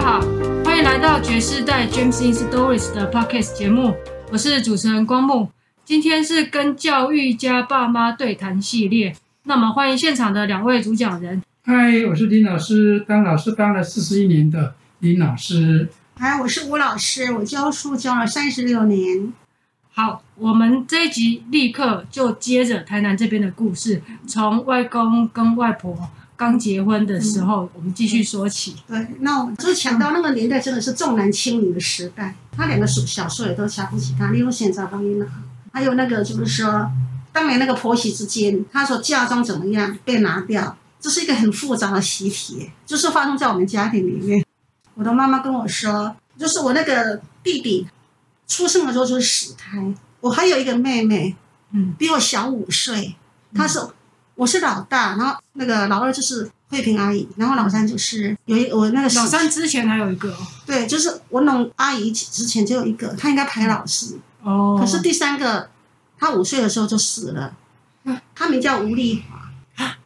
好，欢迎来到爵士代 James in Stories 的 Podcast 节目，我是主持人光木。今天是跟教育家爸妈对谈系列，那么欢迎现场的两位主讲人。嗨，我是林老师，当老师当了四十一年的林老师。哎，我是吴老师，我教书教了三十六年。好，我们这一集立刻就接着台南这边的故事，从外公跟外婆刚结婚的时候，我们继续说起。对，那我就讲到那个年代真的是重男轻女的时代，他两个小小时候也都瞧不起他，例如现在方面呢，还有那个就是说，当年那个婆媳之间，他说嫁妆怎么样被拿掉，这是一个很复杂的习题，就是发生在我们家庭里面。我的妈妈跟我说，就是我那个弟弟出生的时候就是死胎，我还有一个妹妹，嗯，比我小五岁，她是、我是老大，然后那个老二就是慧萍阿姨，然后老三就是有一我那个嗯老三之前还有一个对，就是我弄阿姨之前就有一个，她应该排老四，哦，可是第三个她五岁的时候就死了嗯，她名叫吴丽华，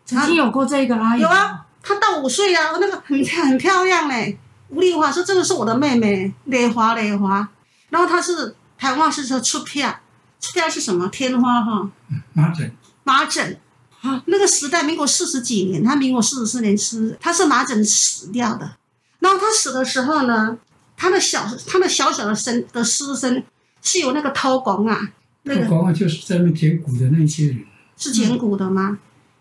曾经有过这个阿姨，有啊，她到五岁啊，那个 很很漂亮嘞、吴丽华说这个是我的妹妹丽华丽华，然后她是台湾是说出票，出票是什么天花哈、麻疹，麻疹啊，那个时代民国四十几年，他民国四十四年死，他是麻疹死掉的。然后他死的时候呢，他的小他的小小的身的尸身是有那个偷工啊，那不个光就是在那边填骨的那些人，是嗯捡骨的吗？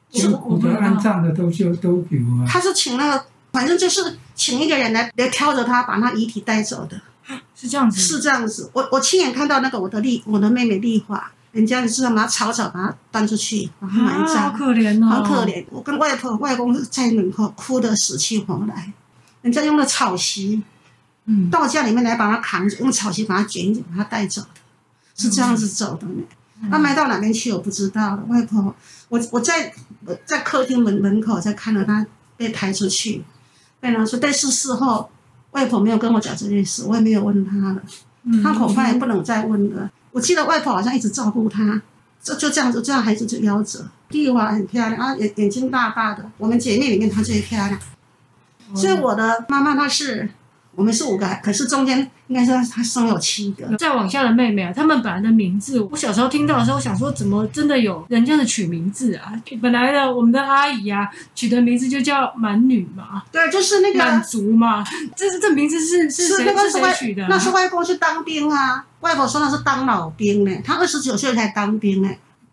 填我骨不知道的、安葬的都就都有啊。他是请那个，反正就是请一个人来来挑着他把他遗体带走的，是这样子，是这样子。我我亲眼看到那个我的丽我的妹妹丽华，人家就是把她草草把她端出去，把她埋啊，葬。好可怜哦，好可。怜。我跟外婆、外公在门口哭得死去活来，人家用了草席嗯，到家里面来把它扛着，用草席把它卷着，把它带走的，是这样子走的呢。他埋到哪边去我不知道了。外婆，我我在我在客厅门门口在看到他被抬出去，被人说，但是事后外婆没有跟我讲这件事，我也没有问他了。嗯他恐怕也不能再问了。我记得外婆好像一直照顾他，就就这样子，这样孩子就夭折。丽华很漂亮啊，眼眼睛大大的，我们姐妹里面她最漂亮。哦所以我的妈妈她是，我们是五个，可是中间应该说她生有七个。再往下的妹妹啊，她们本来的名字，我小时候听到的时候想说，怎么真的有人这样子取名字啊？本来的我们的阿姨啊，取的名字就叫满女嘛，对，就是那满个族嘛，这这名字是是谁那个是是谁外取的啊？那是外公去当兵啊，外婆说那是当老兵呢，她二十九岁才当兵呢，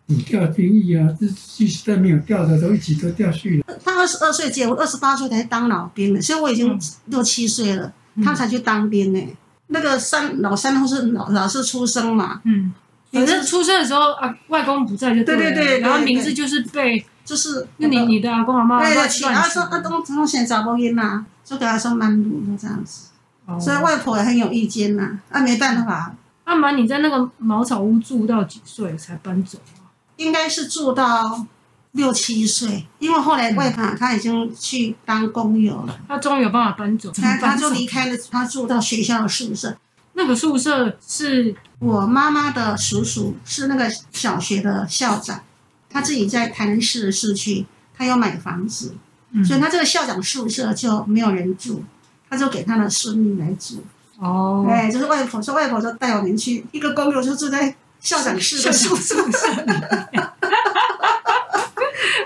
骨调兵役啊，这即使在没有调的都一起都调去了。她二十二岁结婚，二十八岁才当老兵呢，所以我已经嗯六七岁了。嗯他才去当兵呢、那个三老三后是老老是出生嘛，嗯，反正出生的时候啊，外公不在就对对对对对然后对名字就是被就是那你个你的阿公阿妈乱对对，乱娶取他说啊的。东东先找不赢啦，就给他说蛮鲁的这样子，哦啊所以外婆也很有意见呐、啊，没办法，阿满，你在那个茅草屋住到几岁才搬走啊？应该是住到六七岁，因为后嗯来外婆她已经去当工友了，他终于有办法搬走，怎么她她搬走就离开了，她住到学校的宿舍。那个宿舍是我妈妈的叔叔是那个小学的校长，他自己在台南市的市区，他要买房子，嗯所以他这个校长宿舍就没有人住，他就给他的孙女来住。哦，哎，就是外婆说，外婆就带我们去一个公寓，就住在校长室的宿舍。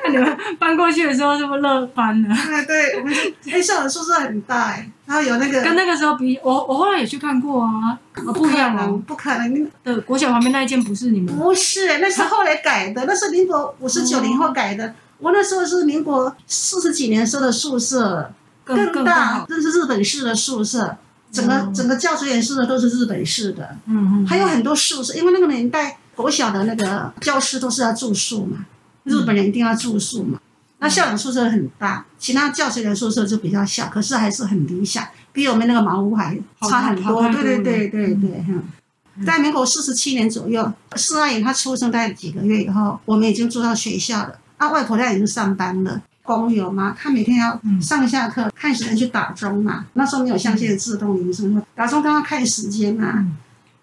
那 你们搬过去的时候是不是乐翻了？哎，对，我们就哎，校长宿舍很大哎，然后有那跟个那个时候比，我我后来也去看过啊，啊不不一可样能，哦。不可能，的国小旁边那一间不是你们，不是，那是后来改的，那是民国五十九年后改的。我那时候是民国四十几年时候的宿舍，更更好大，。这是日本式的宿舍，整个、嗯整个教职员宿舍都是日本式的，嗯嗯，还有很多宿舍，因为那个年代国小的那个教师都是要住宿嘛，日本人一定要住宿嘛。那校长宿舍很大，其他教职员宿舍就比较小，可是还是很理想，比我们那个茅屋还好差很好多。太多对对对对了嗯对，哈、在民国四十七年左右，四阿姨她出生在几个月以后，我们已经住到学校了。那、外婆她已经上班了，工友嘛，她每天要嗯上下课、看时间去打钟嘛。那时候没有像现在自动铃声，打钟她要看时间嘛。嗯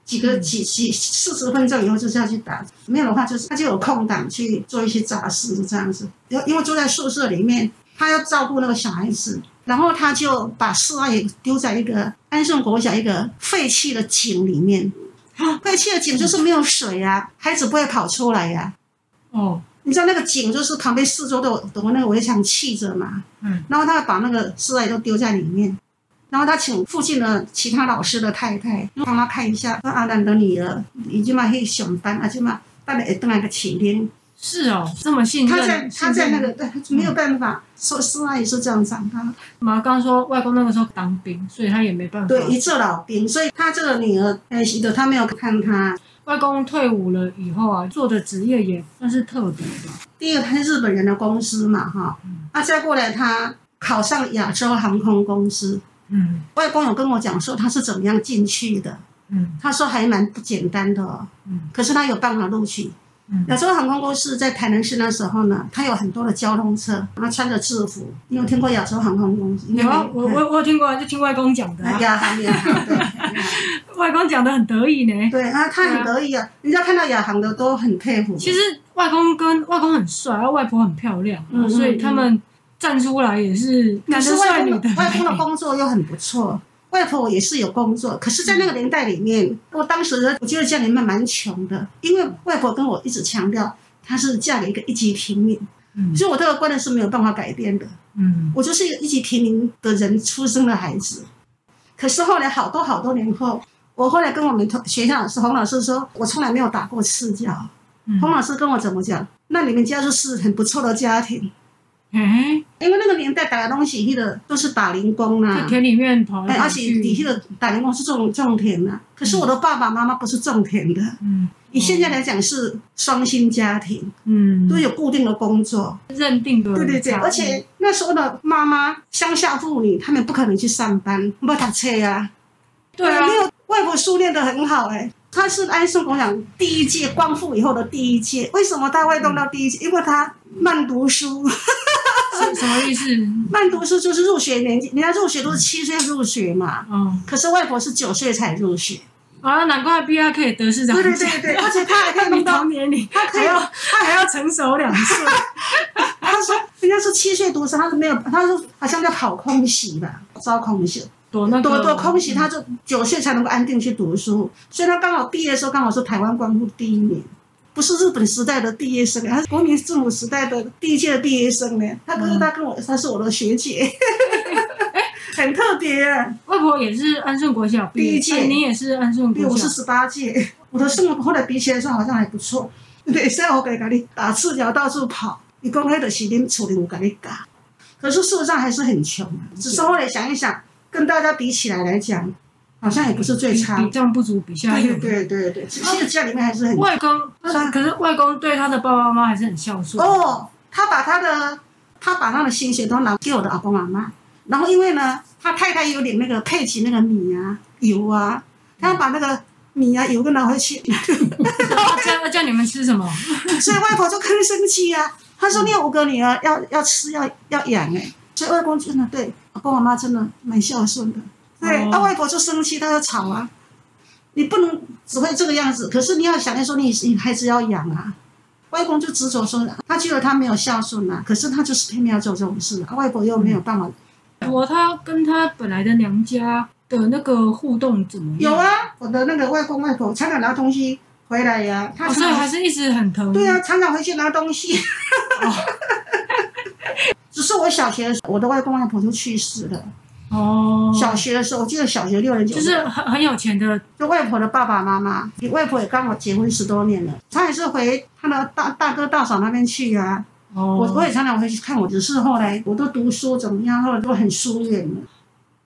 几个嗯几几四十分钟以后就是要去打，没有的话就是他就有空档去做一些杂事这样子。因因为住在宿舍里面，他要照顾那个小孩子，然后他就把四阿姨丢在一个安顺国小一个废弃的井里面。啊，废弃的井就是没有水呀、孩子不会跑出来呀、哦，你知道那个井就是旁边四周都有都有那个围墙砌着嘛，嗯，然后他把那个尸骸都丢在里面，然后他请附近的其他老师的太太帮他看一下，说阿兰的女儿已经嘛去上班，啊，就嘛带了等来个起灵，是哦，这么信任。他在他在那信任个对没有办法，说师阿也是这样长大，妈刚刚说外公那个时候当兵，所以他也没办法。对，一做老兵，所以他这个女儿哎，的他没有看他。外公退伍了以后啊，做的职业也算是特别吧。第一个，他是日本人的公司嘛，哈，啊，再过来他考上亚洲航空公司，嗯外公有跟我讲说他是怎么样进去的，嗯他说还蛮不简单的、哦，嗯可是他有办法录取。嗯亚洲航空公司在台南市那时候呢，他有很多的交通车，他穿着制服。你有听过亚洲航空公司？有啊，我因为我我有听过啊，就听外公讲的、嗯哎啊。亚航亚航对 外公讲的很得意呢。对啊，他很得意啊，人家看到亚航的都很佩服。其实外公跟外公很帅，然后外婆很漂亮啊、嗯嗯所以他们站出来也是可男是的帅，外女公的的外公的美。工作又很不错，外婆也是有工作，可是，在那个年代里面，我当时我觉得家里面蛮穷的，因为外婆跟我一直强调，她是嫁给一个一级平民，嗯所以我这个观念是没有办法改变的。嗯我就是一个一级平民的人出生的孩子，可是后来好多好多年后，我后来跟我们同学校老师洪老师说，我从来没有打过赤脚。嗯洪老师跟我怎么讲？那你们家就是很不错的家庭，哎，因为那个年代打的东西，那个都是打零工啊在。田里面跑来哎，而跑且底去。下的打零工是种种田的、可是我的爸爸妈妈不是种田的。嗯以现在来讲是双薪家庭，嗯，都有固定的工作。认定的。对对对，而且那时候的妈妈，乡下妇女，她们不可能去上班，没打车呀、对啊没，有外婆书念得很好哎、她是安顺国奖第一届光复以后的第一届，为什么她会弄到第一嗯届？因为她慢读书， 什什么意思？慢读书就是入学年纪，人家入学都是七岁入学嘛，哦可是外婆是九岁才入学。啊，难怪 B R 可以得市长对奖。对对对，而且他还可以比弄到同，年龄他可还以，要还要成熟两岁。他说人家是七岁读书，他是没有，他说好像在跑空袭吧，招空袭，躲那个躲躲空袭，他就九岁才能够安定去读书，所以他刚好毕业的时候刚好是台湾光复第一年。不是日本时代的毕业生，他是国民政府时代的第一届的毕业生呢。他可是他跟我，他是我的学姐， 很特别、啊。外婆也是安顺国小毕业，第一届哎你也是啊安顺因为国我是小，十八届， 我的生活后来比起来说好像还不错。 对，所以我给给你打赤脚到处跑，你讲迄就是恁厝里有给你教，可是事实上还是很穷啊。只是后来想一想，跟大家比起来来讲，好像也不是最比差比。上不足，比下对有对。对对对，其实家里面还是很外公，是啊可是外公对他的爸爸妈妈还是很孝顺。哦，他把他的他把他的薪水都拿给我的阿公阿妈，然后因为呢，他太太有领那个配给那个米啊油啊，他把那个米啊油都拿回去。 他叫叫你们吃什么？所以外婆就更生气啊。她嗯说：“你有五个女儿，要要吃，要要养哎、所以外公真的对我跟我妈真的蛮孝顺的。对，哦那、外婆就生气，她就吵啊。你不能只会这个样子，可是你要想着说你你孩子要养啊。外公就执着说，他觉得他没有孝顺啊，可是他就是偏偏要做这种事、啊，外婆又没有办法。嗯我他跟他本来的娘家的那个互动怎么样？有啊，我的那个外公外婆常常拿东西回来呀、他哦，常所以常还是一直很疼。对啊，常常回去拿东西。哦 只是我小学的时候，我的外公外婆就去世了。哦，小学的时候，我记得小学六年级，就是很很有钱的，就外婆的爸爸妈妈，外婆也刚好结婚十多年了，她也是回她的大大哥大嫂那边去啊。哦，我我也常常回去看我，只是后来我都读书怎么样，后来都很疏远了。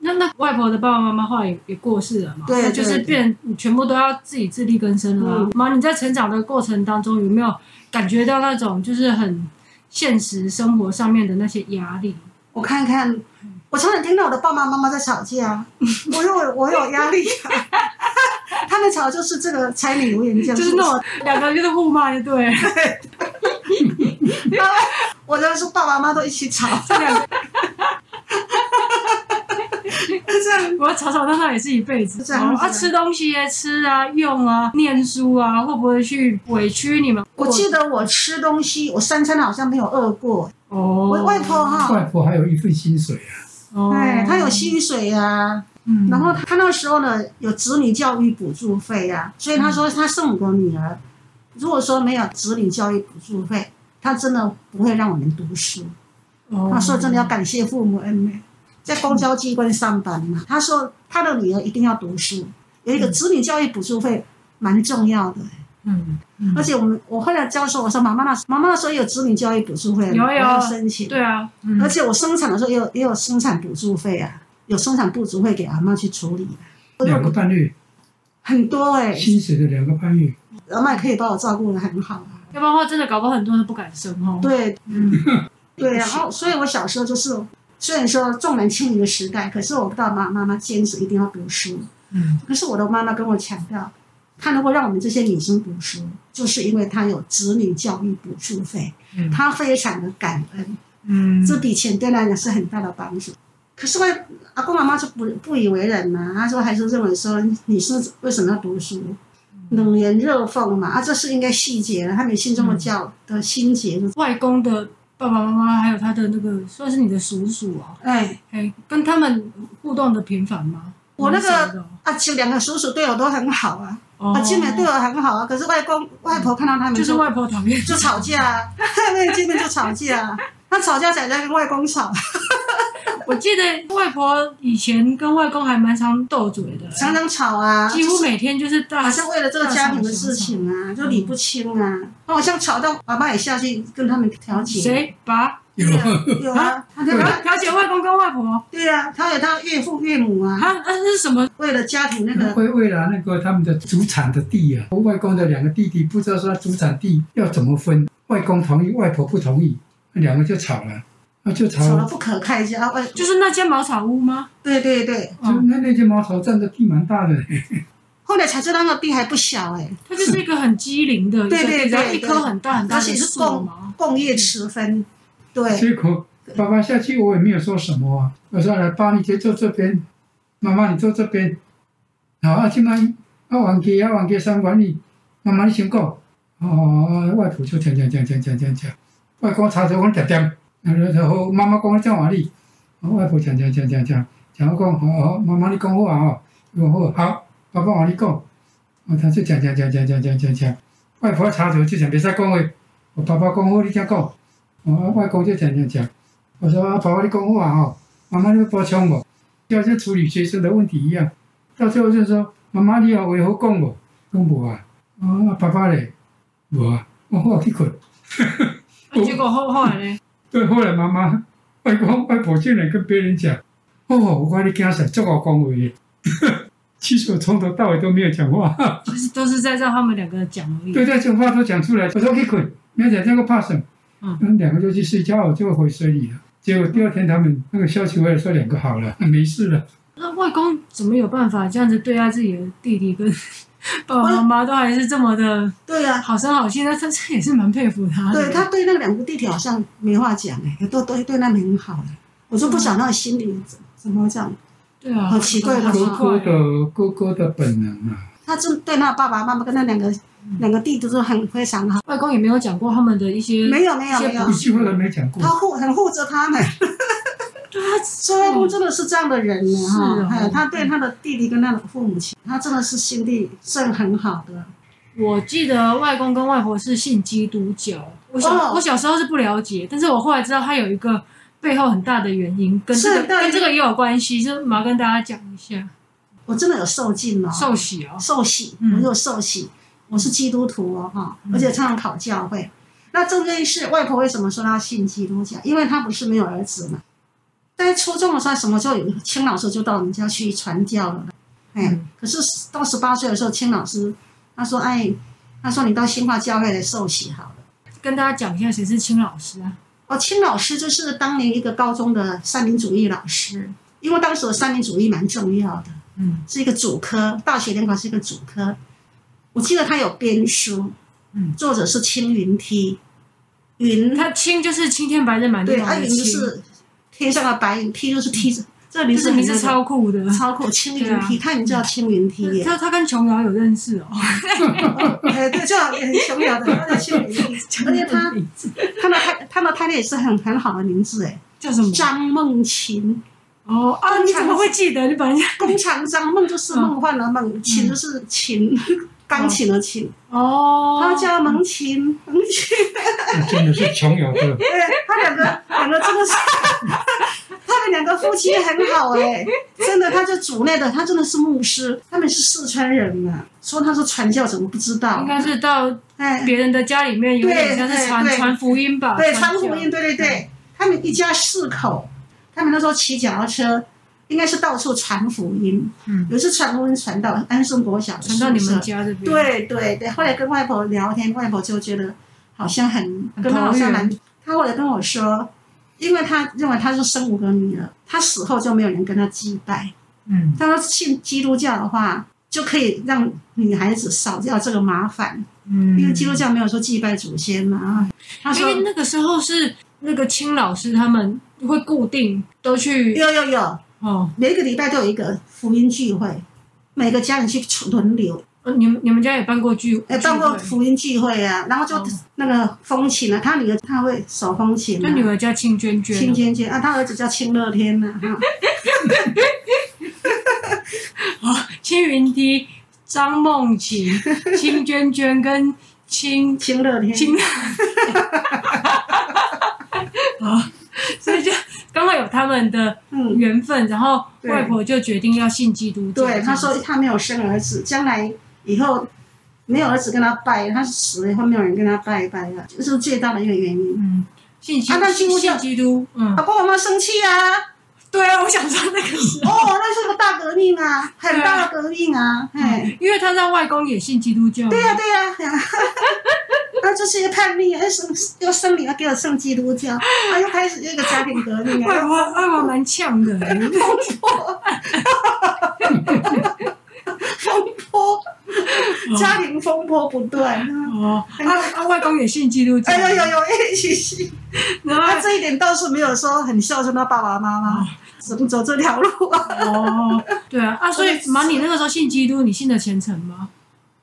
那那外婆的爸爸妈妈后来也也过世了嘛，对那就是对变你全部都要自己自力更生了、啊嗯。妈、你在成长的过程当中有没有感觉到那种就是很现实生活上面的那些压力？我看看，我常常听到我的爸爸妈妈在吵 架，我有我有压力、啊。 他们吵就是这个柴米油盐酱醋就茶，是那种两个就是互骂，就对了，我就是爸爸妈妈都一起吵，这两个这 正我要吵吵闹闹也是一辈子。是啊哦是啊啊，吃东西耶，吃啊，用啊，念书啊，会不会去委屈你们？ 我记得我吃东西，我三餐好像没有饿过。哦，我外婆哈、外婆还有一份薪水啊，哦，哎，她有薪水啊，嗯，然后她那时候呢有子女教育补助费啊，所以她说她送我个女儿，如果说没有子女教育补助费，她真的不会让我们读书。哦他说真的要感谢父母恩呢，在公交机关上班嘛。他说他的女儿一定要读书，有一个子女教育补助费蛮重要的。嗯，而且我们我后来教授我说妈妈那妈妈那时候有子女教育补助费，有有我要申请。对啊，嗯而且我生产的时候也有也有生产补助费啊，有生产补助费给阿妈去处理，两个半月，很多哎、薪水的两个半月，阿妈也可以把我照顾的很好啊。要不然的话，真的搞不好很多人都不敢生哦。对，嗯，对，然后所以我小时候就是，虽然说重男轻女的时代，可是我爸爸妈妈坚持一定要读书。嗯，可是我的妈妈跟我强调，她能够让我们这些女生读书，就是因为她有子女教育补助费，嗯她非常的感恩，嗯，这笔钱对她来讲是很大的帮助。可是我阿公阿妈就不不以为然嘛，她说还是认为说女生为什么要读书，嗯冷言热讽嘛，啊，这是应该细节了，他们心中的教嗯的心结，外公的爸爸妈妈还有他的那个算是你的叔叔啊，哎。哎，跟他们互动的频繁吗？我那个蛮少的啊，其实两个叔叔对我都很好啊，哦，啊，基本对我很好啊。可是外公外婆看到他们就是外婆讨厌，就吵架啊， 对，见面就吵架啊。那吵架才在跟外公吵，我记得外婆以前跟外公还蛮常斗嘴的，常常吵啊，几乎啊嗯就是每天就是大好像为了这个家庭的事情啊，就理不清啊。那好像吵到爸爸也下去跟他们调解。谁把有 有啊，他对调啊，调解外公跟外婆啊？对啊，他有他岳父岳母啊，那那是什么？为了家庭那个，为为了那个他们的主产的地啊，我外公的两个弟弟不知道说主产地要怎么分，外公同意，外婆不同意，那两个就吵了，那就吵吵了得。不可开交。啊外就是那间茅草屋吗？哦对对对，就那那间茅草占的地蛮大的，后来才知道那个地还不小哎，它就是一个很机灵的，对对对然后一对棵很大很大而的且是树共嘛。共业持分，嗯对。结果爸爸下去我也没有说什么啊，我说来爸你就坐这边，妈妈你坐这边，好啊，今晚啊王给啊王给三管理，妈妈你先讲，哦，外婆就讲讲讲讲讲讲讲，外公查着我点点，然后妈妈讲讲完哩，外婆讲讲讲讲讲，讲我讲好好，妈妈你讲好啊哦，我好好，爸爸我你讲，啊他就讲讲讲讲讲讲讲讲，外婆查着就讲别再讲话，我爸爸讲好你才讲。我哦啊外公就讲讲讲，我说啊，爸爸你讲话哈，妈妈你要补充我，就好像处理学生的问题一样，到最后就说妈妈你有话好讲无？讲无啊，啊爸爸嘞，无啊，我好去困。啊结果后后来呢？对，后来妈妈外公外婆竟然跟别人讲，哦，我讲你惊死，这个讲话的， 其实我从头到尾都没有讲话。就是都是在让他们两个讲而已。对对，这话都讲出来，我说可以滚，明天这个怕什么？嗯嗯，两个就去睡觉，就回水里了。结果第二天他们那个消息回来说两个好了， 没事了。那外公怎么有办法这样子对待自己的弟弟跟爸爸妈妈，都还是这么的对呀、好声好气？那他这也是蛮佩服他的。对他对那两个弟弟好像没话讲哎、都对对他们很好哎、我就不晓得他的心里怎怎么这样，对啊，好奇怪的好奇哥哥怪。的哥哥的本能啊，他真对那爸爸妈妈跟那两个嗯两个弟弟都很非常好，外公也没有讲过他们的一些，没有没有没有一，句话都没讲过。啊他护很护着他们， 对啊，孙悟空真的是这样的人呢是哈哦，还有他对他的弟弟跟他的父母亲，他真的是心地是很好的，我记得外公跟外婆是信基督教，我小、哦我小时候是不了解，但是我后来知道他有一个背后很大的原因，跟这是个很大的跟这个也有关系，就是马上跟大家讲一下，我真的有受尽了、受洗哦，受洗，嗯我有受洗，我是基督徒哦哈，嗯而且常常考教会。那中间是外婆为什么说她信基督教？因为她不是没有儿子嘛。在初中的时候，什么时候有青老师就到我们家去传教了？哎，嗯可是到十八岁的时候，青老师他说：“哎，他说你到新化教会来受洗好了。跟大家讲一下谁是青老师啊？”哦，青老师就是当年一个高中的三民主义老师，因为当时的三民主义蛮重要的。嗯是一个主科，大学联考是一个主科。我记得他有编书，嗯作者是青云梯，云他青就是青天白日满地对，红啊的云青，是天上的白云，梯就是梯子，这嗯名这字是很名那字个超酷的。超酷，青对云啊梯，他名叫青云梯耶， 他他跟琼瑶有认识哦，哎，对，叫很琼瑶的，他叫青云梯，而 且他他的太他的太太也是很很好的名字哎，叫什么？张梦琴，哦啊，你怎么会记得？你把人家工厂张梦就是梦幻的嗯梦，琴就是琴， 钢琴的琴，哦，他叫蒙琴，蒙琴，真的是穷游的，对他 两个两个真的是， 他们两个夫妻很好哎、真的，他就组内的，他真的是牧师，他们是四川人啊，说他是传教怎么不知道应？该是到哎，别人的家里面，有点像是传对对对传福音吧？对，传传福音，教。对对对，他们一家四口，他们那时候骑脚踏车，应该是到处传福音。嗯有一次传福音传到安顺国小，传到你们。家这边，，对对对，后来跟外婆聊天，外婆就觉得好像很很跟他投好像蛮缘，他后来跟我说，因为他认为他是生五个女儿，他死后就没有人跟他祭拜。嗯，他说信基督教的话，就可以让女孩子少掉这个麻烦，因为基督教没有说祭拜祖先嘛。他因嗯说为那个时候是那个青老师他们会固定都去有有有，哦，每个礼拜都有一个福音聚会，每个家人去轮流，呃你们你们家也办过聚，呃，办过聚会福音聚会啊，然后就哦那个风琴啊，他女儿她会手风琴、就女啊，儿叫青娟娟，青芊芊啊，他儿子叫青乐天呐、哈，哦青云梯、张梦 琪、青娟娟跟青青乐 天，青，啊，所以就刚好有他们的嗯，缘分，然后对外婆就决定要信基督教。对，他说他没有生儿子，将来以后没有儿子跟他拜，他死了以后没有人跟他拜拜啊，这是最大的一个原因。嗯，信基啊那基督教信基督，嗯啊，，爸爸妈妈生气啊！对啊，我想说那个是，哦，那是个大革命啊，很大的革命啊！哎、因为他让外公也信基督教，对呀、啊对呀、 那就是一个叛逆，哎，生又生你，要给我上基督教，啊，又开始一个家庭革命外 啊，婆外婆蛮呛 的，风波， 家庭风波不断。哦，啊啊，外公也信基督教，哎呦呦呦，哎，嘻嘻，然后他啊这一点倒是没有说很孝顺他爸爸妈妈，怎么走这条路啊？哦，对啊，啊，所以妈，你那个时候信基督，你信的虔诚吗？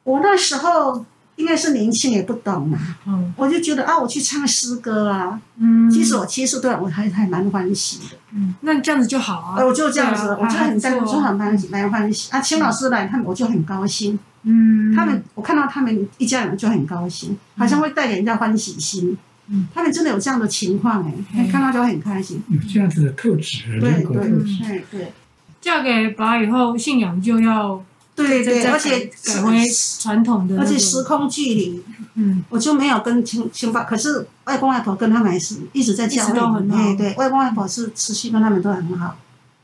我那时候应该是年轻也不懂嘛，嗯我就觉得啊，我去唱诗歌啊，嗯，其实我其实对我还还蛮欢喜的。嗯，那这样子就好哎，啊，我就这样子，对啊我就很赞，还我不错就很欢喜，蛮欢喜啊。秦老师来，他们我就很高兴。嗯，他们，我看到他们一家人就很高兴，好像会带给人家欢喜心。嗯他们真的有这样的情况哎、嗯看到就很开心。有这样子的特质，对人格特对质。对对嫁给爸以后，信仰就要对对，再而且呃改回传统的那而种，且时空距离，嗯我就没有跟亲亲爸，可是外公外婆跟他们还是一直在教一直都育很，好哎对，外公外婆是持续跟他们都很好。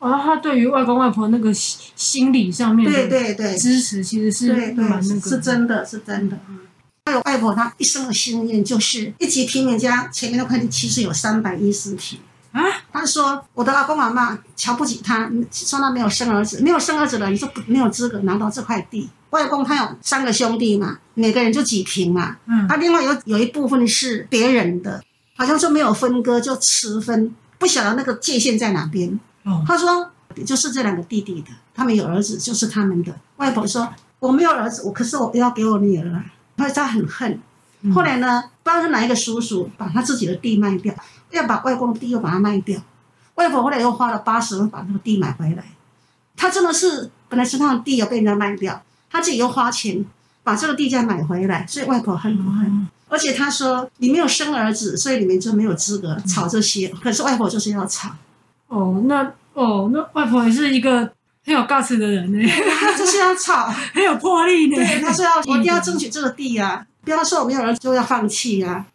然哦后他对于外公外婆那个心心理上面对的对对支持，其实嗯是对蛮那对，个，是真的是真的。嗯还有外婆她一生的心愿就是一级平民家前面的快递其实有三百一十平。啊，他说：“我的阿公阿妈瞧不起他，说他没有生儿子，没有生儿子了，你就不没有资格拿到这块地。外公他有三个兄弟嘛，每个人就几平嘛。嗯他、啊另外有有一部分是别人的，好像就没有分割，就持分，不晓得那个界限在哪边。哦他说就是这两个弟弟的，他们有儿子就是他们的。外婆说我没有儿子，我可是我要给我女儿啊，他他很恨。嗯后来呢，不知道是哪一个叔叔把他自己的地卖掉，要把外公的地又把它卖掉。外婆后来又花了八十万把那个地买回来。他真的是本来是他的地要被人家卖掉，他自己又花钱把这个地再买回来，所以外婆很恨。而且他说你没有生儿子，所以你们就没有资格嗯吵这些。可是外婆就是要 吵，哦，那哦，那外婆也是一个很有 guts 的人呢， 她就是要吵。很有魄力呢。对，他嗯说要我一定要争取这个地啊，不要说我没有儿子就要放弃啊。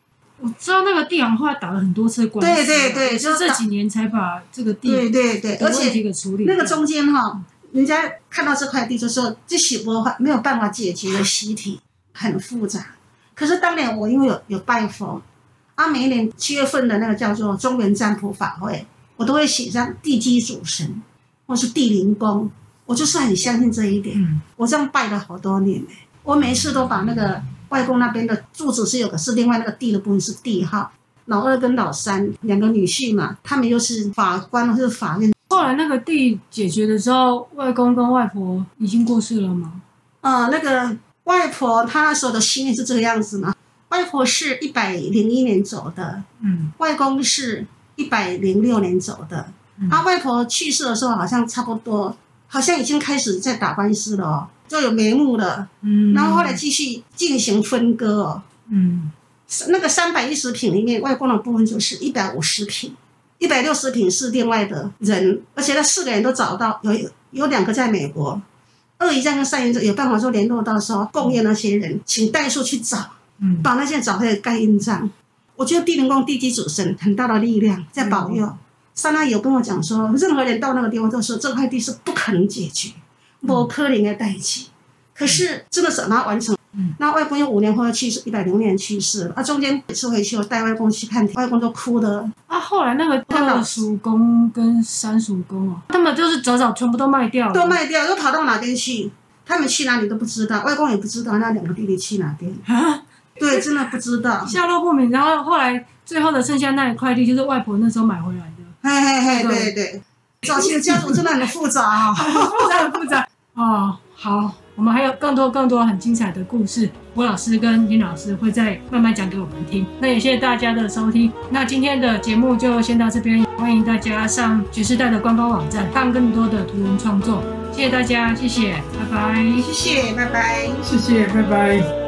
我知道那个地行后来打了很多次官司啊，对对对也是就是这打几年才把这个地对对对，的而问题且给处理掉。那个中间哈、人家看到这块地就说这洗不法没有办法解决的习题，很复杂。可是当年我因为有有拜佛，啊，每一年七月份的那个叫做中原占卜法会，我都会写上地基主神或是地灵公，我就是很相信这一点。嗯我这样拜了好多年、欸、我每一次都把那个外公那边的住址是有，可是另外那个地的部分是地号。老二跟老三两个女婿嘛，他们又是法官或是法院。后来那个地解决的时候，外公跟外婆已经过世了嘛。呃，那个外婆她那时候的心愿是这个样子嘛。外婆是一百零一年走的，嗯，外公是一百零六年走的。嗯啊，外婆去世的时候好像差不多，好像已经开始在打官司了、哦，就有眉目了。嗯，然后后来继续进行分割哦。嗯那个三百一十平里面，外公的部分就是一百五十平，一百六十平是另外的人，而且那四个人都找到，有有两个在美国，二姨丈跟三姨丈有办法说联络到说供应那些人，请代数去找，嗯把那些人找回来盖印章。我觉得地灵宫地基主神很大的力量在保佑。三阿姨有跟我讲说，任何人到那个地方都说这块地是不可能解决，不可能的代际。可是真的是把它完成。那外公又五年后去世，一百零年去世了。啊，中间每次回去，我带外公去看，外公都哭的。啊，后来那个二叔公跟三叔公哦，他们就是早早全部都卖掉了，都卖掉，又跑到哪边去？他们去哪里都不知道，外公也不知道那两个弟弟去哪边。啊， 对，真的不知道。下落不明。然后后来最后的剩下那一块地，就是外婆那时候买回来的，嘿嘿嘿，对对，早期的家族真的很复杂啊、很复杂很复杂。哦，好，我们还有更多更多很精彩的故事，吴老师跟林老师会再慢慢讲给我们听。那也谢谢大家的收听，那今天的节目就先到这边，欢迎大家上爵士带的官方网站看更多的图文创作。谢谢大家，谢谢，拜拜。谢谢，拜拜。谢谢，拜拜。